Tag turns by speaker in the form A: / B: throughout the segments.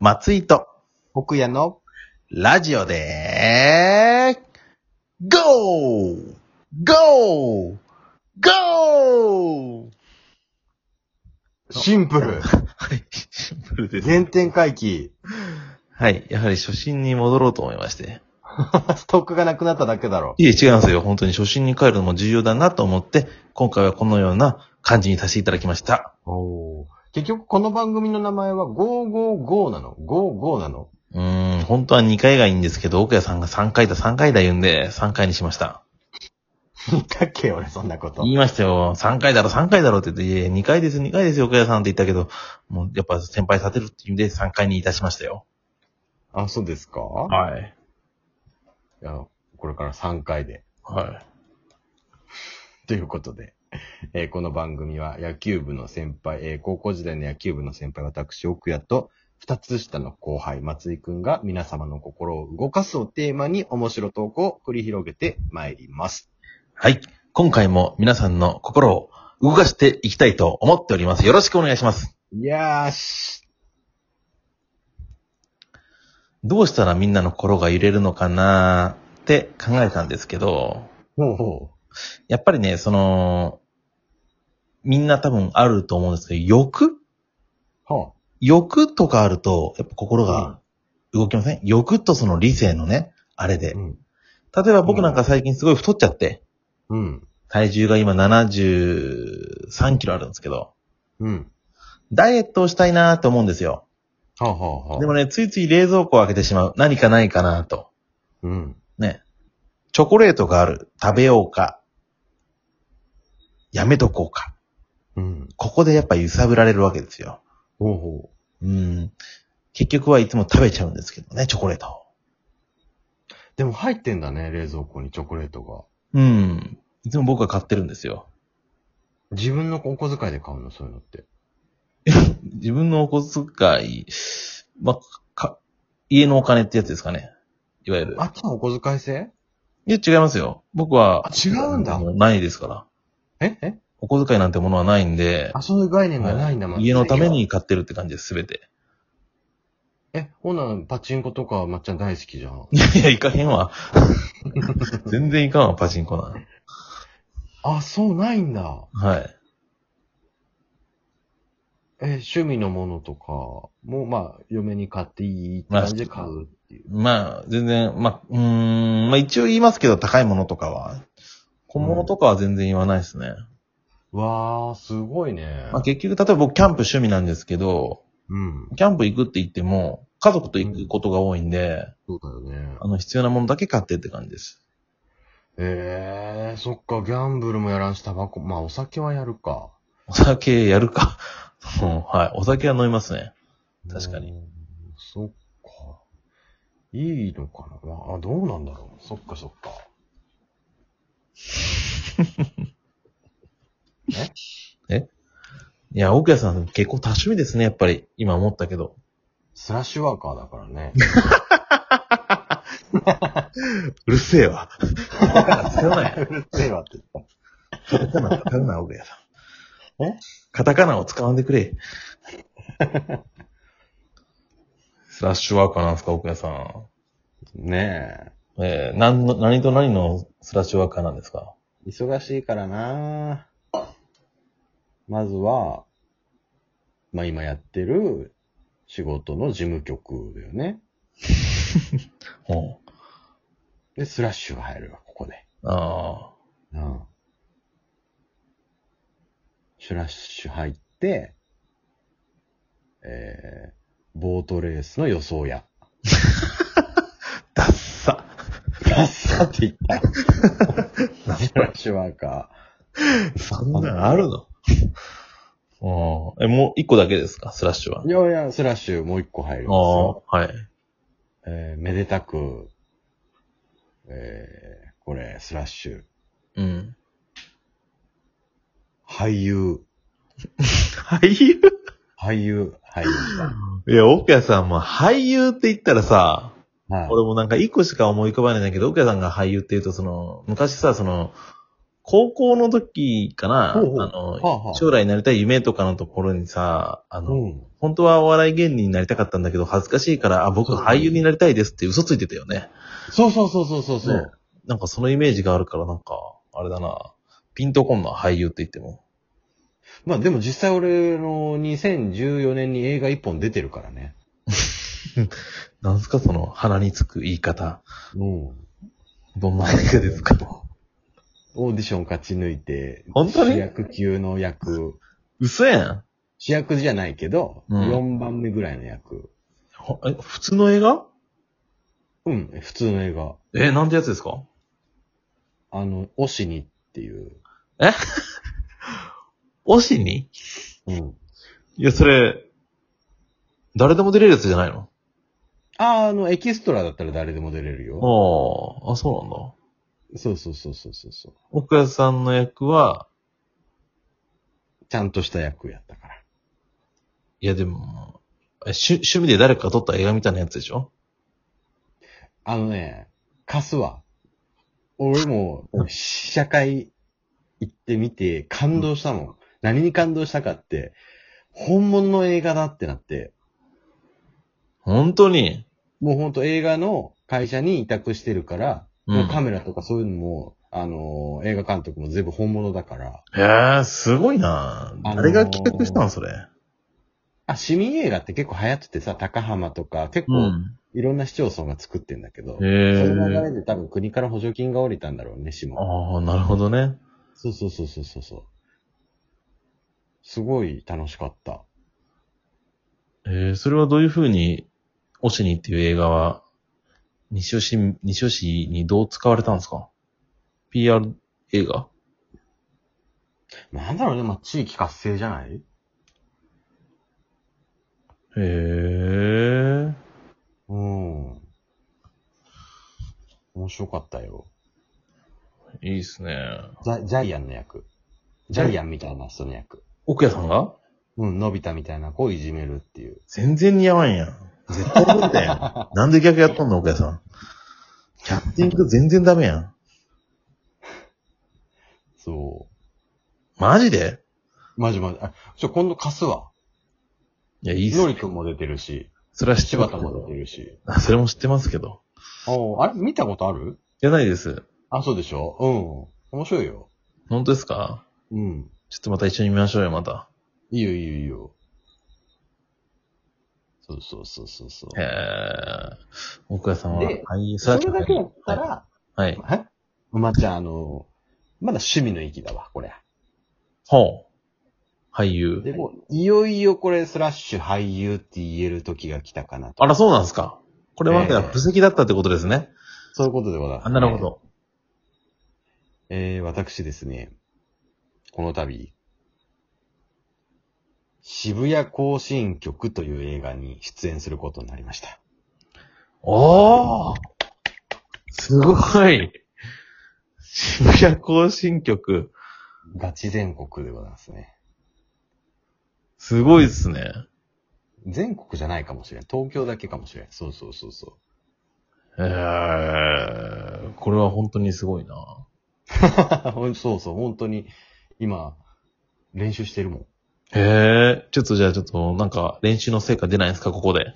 A: 松井と
B: 奥屋の
A: ラジオで、ゴーゴーゴー
B: シンプル。
A: はい、シンプルです。
B: 原点回帰。
A: はい、やはり初心に戻ろうと思いまして。
B: ストックがなくなっただけだろ。
A: いえ、違いますよ。本当に初心に帰るのも重要だなと思って、今回はこのような感じにさせていただきました。
B: おー結局この番組の名前は555なの ?55 なの
A: うーん、本当は2回がいいんですけど、奥谷さんが3回だ3回だ言うんで、3回にしました。
B: 言ったっけ俺そんなこと
A: 言。いましたよ。3回だろ、3回だろって言って、いえ、2回です、2回ですよ、岡谷さんって言ったけど、もうやっぱ先輩立てるっていうんで3回にいたしましたよ。
B: あ、そうですか
A: はい。
B: いやこれから3回で。
A: は
B: ということで。えーこの番組は野球部の先輩、えー高校時代の野球部の先輩、私、奥谷と、二つ下の後輩、松井くんが皆様の心を動かすをテーマに面白投稿を繰り広げてまいります。
A: い。はい。今回も皆さんの心を動かしていきたいと思っております。よろしくお願いします。
B: いやーし、
A: どうしたらみんなの心が揺れるのかなって考えたんですけど、
B: ほうほ
A: やっぱりね、その、みんな多分あると思うんですけど、欲
B: う。は
A: 欲とかあると、やっぱ心が動きません、欲とその理性のね、あれで
B: う。ん。
A: 例えば僕なんか最近すごい太っちゃって、
B: うん。
A: 体重が今73キロあるんですけど、
B: うん。
A: ダイエットをしたいなと思うんですよ。
B: はあ、はあはあ、
A: でもね、ついつい冷蔵庫を開けてしまう。何かないかなと。
B: うん。
A: ね。チョコレートがある。食べようか。やめとこうか。
B: うん。
A: ここでやっぱ揺さぶられるわけですよ。
B: ほうほう。
A: うん。結局はいつも食べちゃうんですけどね、チョコレートを。
B: でも入ってんだね、冷蔵庫にチョコレートが。
A: うん。いつも僕が買ってるんですよ。
B: 自分のお小遣いで買うの、そういうのって。
A: 自分のお小遣い、まあ、か、家のお金ってやつですかね。いわゆる。
B: あっちのお小遣い制
A: いや、違いますよ。僕は
B: あ、違うんだ
A: もないですから。
B: ええ
A: お小遣いなんてものはないんで、
B: あ、そういう概念がないんだ、
A: は
B: ま
A: い
B: ず
A: 家のため。に買ってるって感じです、すべて。
B: え、ほな、パチンコとかまっちゃん大好きじゃん。
A: いやいや、いかへんわ。 全然いかんわ、パチンコなん。
B: あ、そうないんだ。
A: はい。
B: え、趣味のものとか、もうまあ、嫁に買っていいって感じで買うっていう。
A: まあ、全然、まあ、うーん、まあ一応言いますけど、高いものとかは。小物とかは全然言わないですね。
B: わー、すごいね。
A: まあ結局、例えば僕、キャンプ趣味なんですけど、
B: うん。
A: キャンプ行くって言っても、家族と行くことが多いんで、
B: そうだよね。
A: あの、必要なものだけ買ってって感じです。
B: ええー、そっか、ギャンブルもやらんし、タバコ、まあ、お酒はやるか。
A: お酒やるか。 うん、はい。お酒は飲みますね。確かに
B: うん。そっか。いいのかな、まあ、あ、どうなんだろう。そっかそっか。
A: いや、奥谷さん結構多趣味ですね、やっぱり。今思ったけど。
B: スラッシュワーカーだから ね。
A: うるせえわ。カタカナ使わな
B: う
A: い。
B: るせえわって言っ
A: カタカナ使うな、奥谷さん。
B: え
A: カタカナを使わんでくれ。 スラッシュワーカーなんですか、奥谷さん。
B: た。ね
A: えー、何の、何と何のスラッシュワーカーなんですか
B: え。忙しいからなまずは、まあ今やってる仕事の事務局だよね。
A: ほう。
B: で、スラッシュが入るわ、ここで。
A: あ
B: うん。シュラッシュ入って、えー、ボートレースの予想や。
A: あ。ダッサ。
B: ガッサって言っ た。
A: ダッ
B: シュラッシュワーカ
A: そんなんあるのうん。え、もう一個だけですかスラッシュは
B: ー。い。やいや、スラッシュもう一個入るんで
A: あ
B: す
A: あ、
B: よ。
A: はい。
B: えー、めでたく、えー、これ、スラッシュ。
A: うん。
B: 俳優。
A: 俳優
B: 俳優。俳優。
A: いや、奥谷さんも俳優って言ったらさ、
B: はい。
A: 俺もなんか一個しか思い浮かばないんだけど、奥谷さんが俳優って言うと、その、昔さ、その、高校の時かな、
B: ほうほう
A: あの、
B: はあはあ
A: 将来になりたい夢とかのところにさ、あの、
B: うん。
A: 本当はお笑い芸人になりたかったんだけど、恥ずかしいから、あ、僕俳優になりたいですって嘘ついてたよね。
B: そうそうそうそうそうそう、
A: ねなんかそのイメージがあるから、なんか、あれだな。ピンとこんな、俳優って言っても。
B: まあでも実際俺の2014年に映画一本出てるからね。
A: なんすかその、鼻につく言い方。
B: うん。
A: どんな映画ですか
B: オーディション勝ち抜いて、
A: 本当
B: 主
A: に
B: 役級の役、
A: 嘘やん。
B: 主役じゃないけど、
A: うん
B: 4番目ぐらいの役。
A: ほえ、普通の映画
B: うん、普通の映画。
A: え、なんてやつですか
B: あの、オシニっていう。
A: 推しに
B: うん。
A: いや、それ、誰でも出れるやつじゃないの
B: あー、あの、エキストラだったら誰でも出れるよ。
A: ああ、あ、そうなんだ。
B: そうそうそうそうそうそう。
A: 奥谷さんの役は、
B: ちゃんとした役やったから。
A: いやでも、え趣趣味で誰かが撮った映画みたいなやつでしょ
B: あのね、貸すわ。俺も、試写会行ってみて、感動したもん。何に感動したかって、本物の映画だってなって、
A: 本当に。
B: もうほんと映画の会社に委託してるから、
A: うん
B: もうカメラとかそういうのも、あのー映画監督も全部本物だから、
A: へえ、すごいな
B: あのー
A: 誰が企画したんそれ。
B: あ、市民映画って結構流行っててさ、高浜とか、結
A: う
B: 構
A: ん。
B: いろんな市町村が作ってんだけど、そ
A: へ
B: の流
A: え。
B: れで多分国から補助金が降りたんだろうね、市も。
A: ああ、なるほどね。
B: そうそうそうそうそうそう。すごい楽しかった。
A: ええ、それはどういうふうに、オシニっていう映画は、西尾市、西尾市にどう使われたんですか ?PR 映画
B: なんだろうね、まあ、地域活性じゃない
A: へえ。
B: うん。面白かったよ。
A: いいっすね。
B: ジャジャイアンの役。ジャイアンみたいな人の役。
A: 奥谷さんが
B: うん、のび太みたいな子をいじめるっていう。
A: 全然似合わんやん。絶対無理だ よ。なんで逆やっとんの、奥谷さん。キャッティング全然ダメやん。
B: そ
A: マジで
B: う。マジマジ。あ、ちょ、今度貸すわ。
A: いや、いいっす
B: の。りくんも出てるし、
A: それは知って
B: 柴
A: ます
B: 田
A: け
B: も出
A: ど
B: て。るし。
A: あ それも知ってますけど。
B: おあれ見たことある
A: じゃないです。
B: あ、そうでしょうん。面白いよ。
A: 本当ですか
B: うん。
A: ちょっとまた一緒に見ましょうよ、また。
B: いいよいいよいいよ。そうそうそうそうそう。
A: へえ。奥谷さんは、
B: で
A: はい、
B: それだけだった
A: は
B: ら、
A: い。はい。
B: えまっちゃん、あの、まだ趣味の域だわ、これ。
A: ほう。俳優。
B: でも、いよいよこれ、スラッシュ俳優って言える時が来たかなと。
A: あら、そうなんですかこれは、
B: ええ
A: 布石だったってことですね。
B: そういうことでございます、
A: あ、なるほ。ど。
B: えー、私ですね、この度、渋谷行進曲という映画に出演することになりました。
A: おーすごい渋谷行進曲。
B: ガチ全国でございますね。
A: すごいっすね。
B: 全国じゃないかもしれん。東京だけかもしれん。そうそうそうそう。
A: えー、これは本当にすごいな。
B: ほん そうそう、本当に、今、練習してるもん。
A: へえ、ちょっとじゃあちょっとなんか練習の成果出ないんですか、ここで。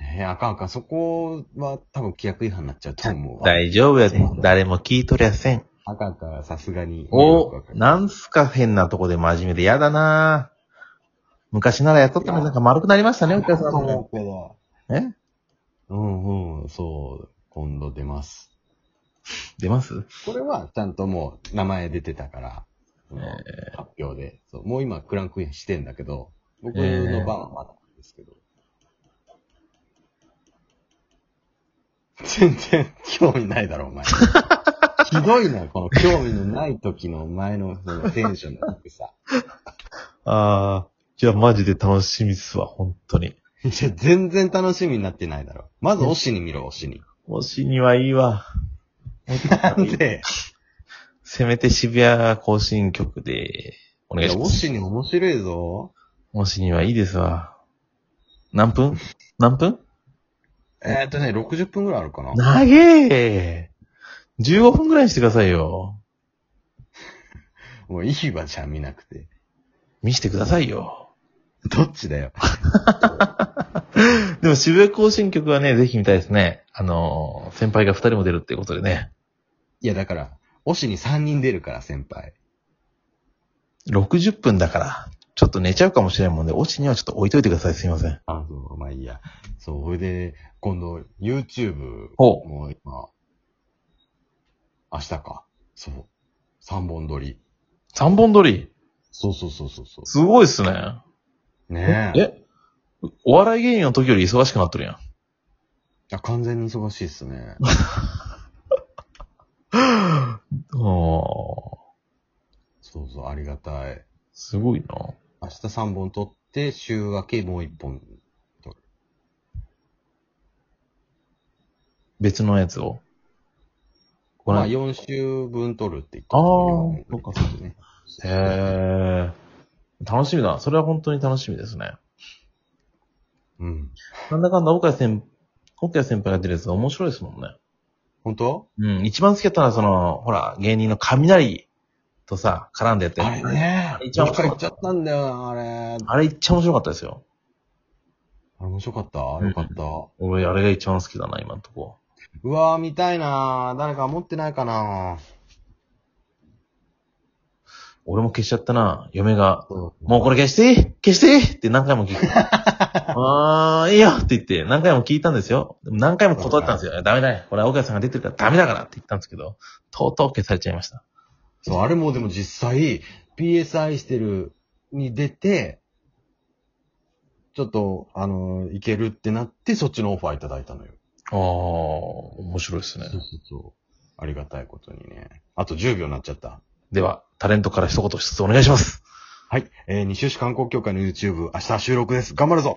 B: えー、あかんあかん。そこは多分規約違反になっちゃうと思うわ。
A: 大丈夫やで。誰も聞いとりゃせん。
B: あかんあかん、さすがに。
A: お
B: 迷惑がかか、る
A: なんすか変なとこで真面目で嫌だな昔ならやっとったのになんか丸くなりましたね、お母さん
B: と思
A: も。
B: うけど。
A: え
B: うんうん、そう。今度出ます。
A: 出ます
B: これはちゃんともう名前出てたから、その発表で。そうもう今クランクインしてんだけど、僕の番はまだなんですけど。全然興味ないだろ、お 前。ひどいな、この興味のない時の前のそのテンションだってさ。
A: ああ、じゃあマジで楽しみっすわ、本当に。
B: いや、全然楽しみになってないだろ。まず、推しに見ろ、推しに。
A: 推しにはいいわ。
B: なんで、
A: せめて渋谷行進曲でお
B: い
A: 願い
B: や、
A: しま
B: 推
A: す。
B: しに面白いぞ。
A: 推しにはいいですわ。何分何分
B: えーっとね、60分ぐらいあるかな。
A: 長え !15 分ぐらいにしてくださいよ。
B: もういいわ、じゃあ見なくて。
A: 見してくださいよ。
B: どっちだよ。
A: でも渋谷行進曲はね、ぜひ見たいですね。あのー、先輩が二人も出るっていうことでね。
B: いや、だから、推しに3人出るから、先輩。
A: 60分だから、ちょっと寝ちゃうかもしれないもんで、オチにはちょっと置いといてください。すいません。
B: あ、そう、まあいいや。そう、それで、今度、YouTube、
A: ほ
B: もう今、明日か。そう。3本撮り。
A: 三本撮り。
B: そうそうそうそうそ
A: すごいっすね。
B: う。ねえ。
A: えお笑い芸人の時より忙しくなっとるやん。
B: いや完全に忙しいっす ね。
A: おー
B: そうそう、ありがたい。
A: すごいな。
B: 明日3本撮って、週明けもう1本。
A: 別のやつを。こ
B: ま
A: の
B: あ
A: へ
B: 4週分撮るって言ってた。
A: あー
B: そっか、そうね。
A: え。楽しみだ。それは本当に楽しみですね。
B: うん。
A: なんだかんだ、岡谷先、岡谷先輩が出るやつは面白いですもんね。
B: 本当
A: うん。一番好きだったのは、その、ほら、芸人の雷とさ、絡んでて。
B: あれ。ね。
A: 一番面白
B: ど
A: かっ
B: っか行ったちゃったんだよな、あれ。
A: あれ、一番面白かったですよ。
B: あれ面白かった
A: ん
B: よかった。
A: 俺、あれが一番好きだな、今んとこ。
B: うわぁ、見たいなぁ。誰か持ってないかな
A: 俺も消しちゃったな。嫁が、
B: ぁ。
A: もうこれ消して消してって何回も聞 く。あー、いいよって言って、何回も聞いたんですよ。でも何回も断ったんですよ。ダメだよ。これ、岡谷さんが出てるからダメだからって言ったんですけど、とうとう消されちゃいました。
B: そう、あれもでも実際、PSI してるに出て、ちょっと、あのー、いけるってなって、そっちのオファーいただいたのよ。
A: あー、面白いですね
B: そうそうそう。ありがたいことにね。あと10秒になっちゃった。
A: では、タレントから一言一つお願いします。
B: はい。えー、西吉観光協会の YouTube、明日収録です。頑張るぞ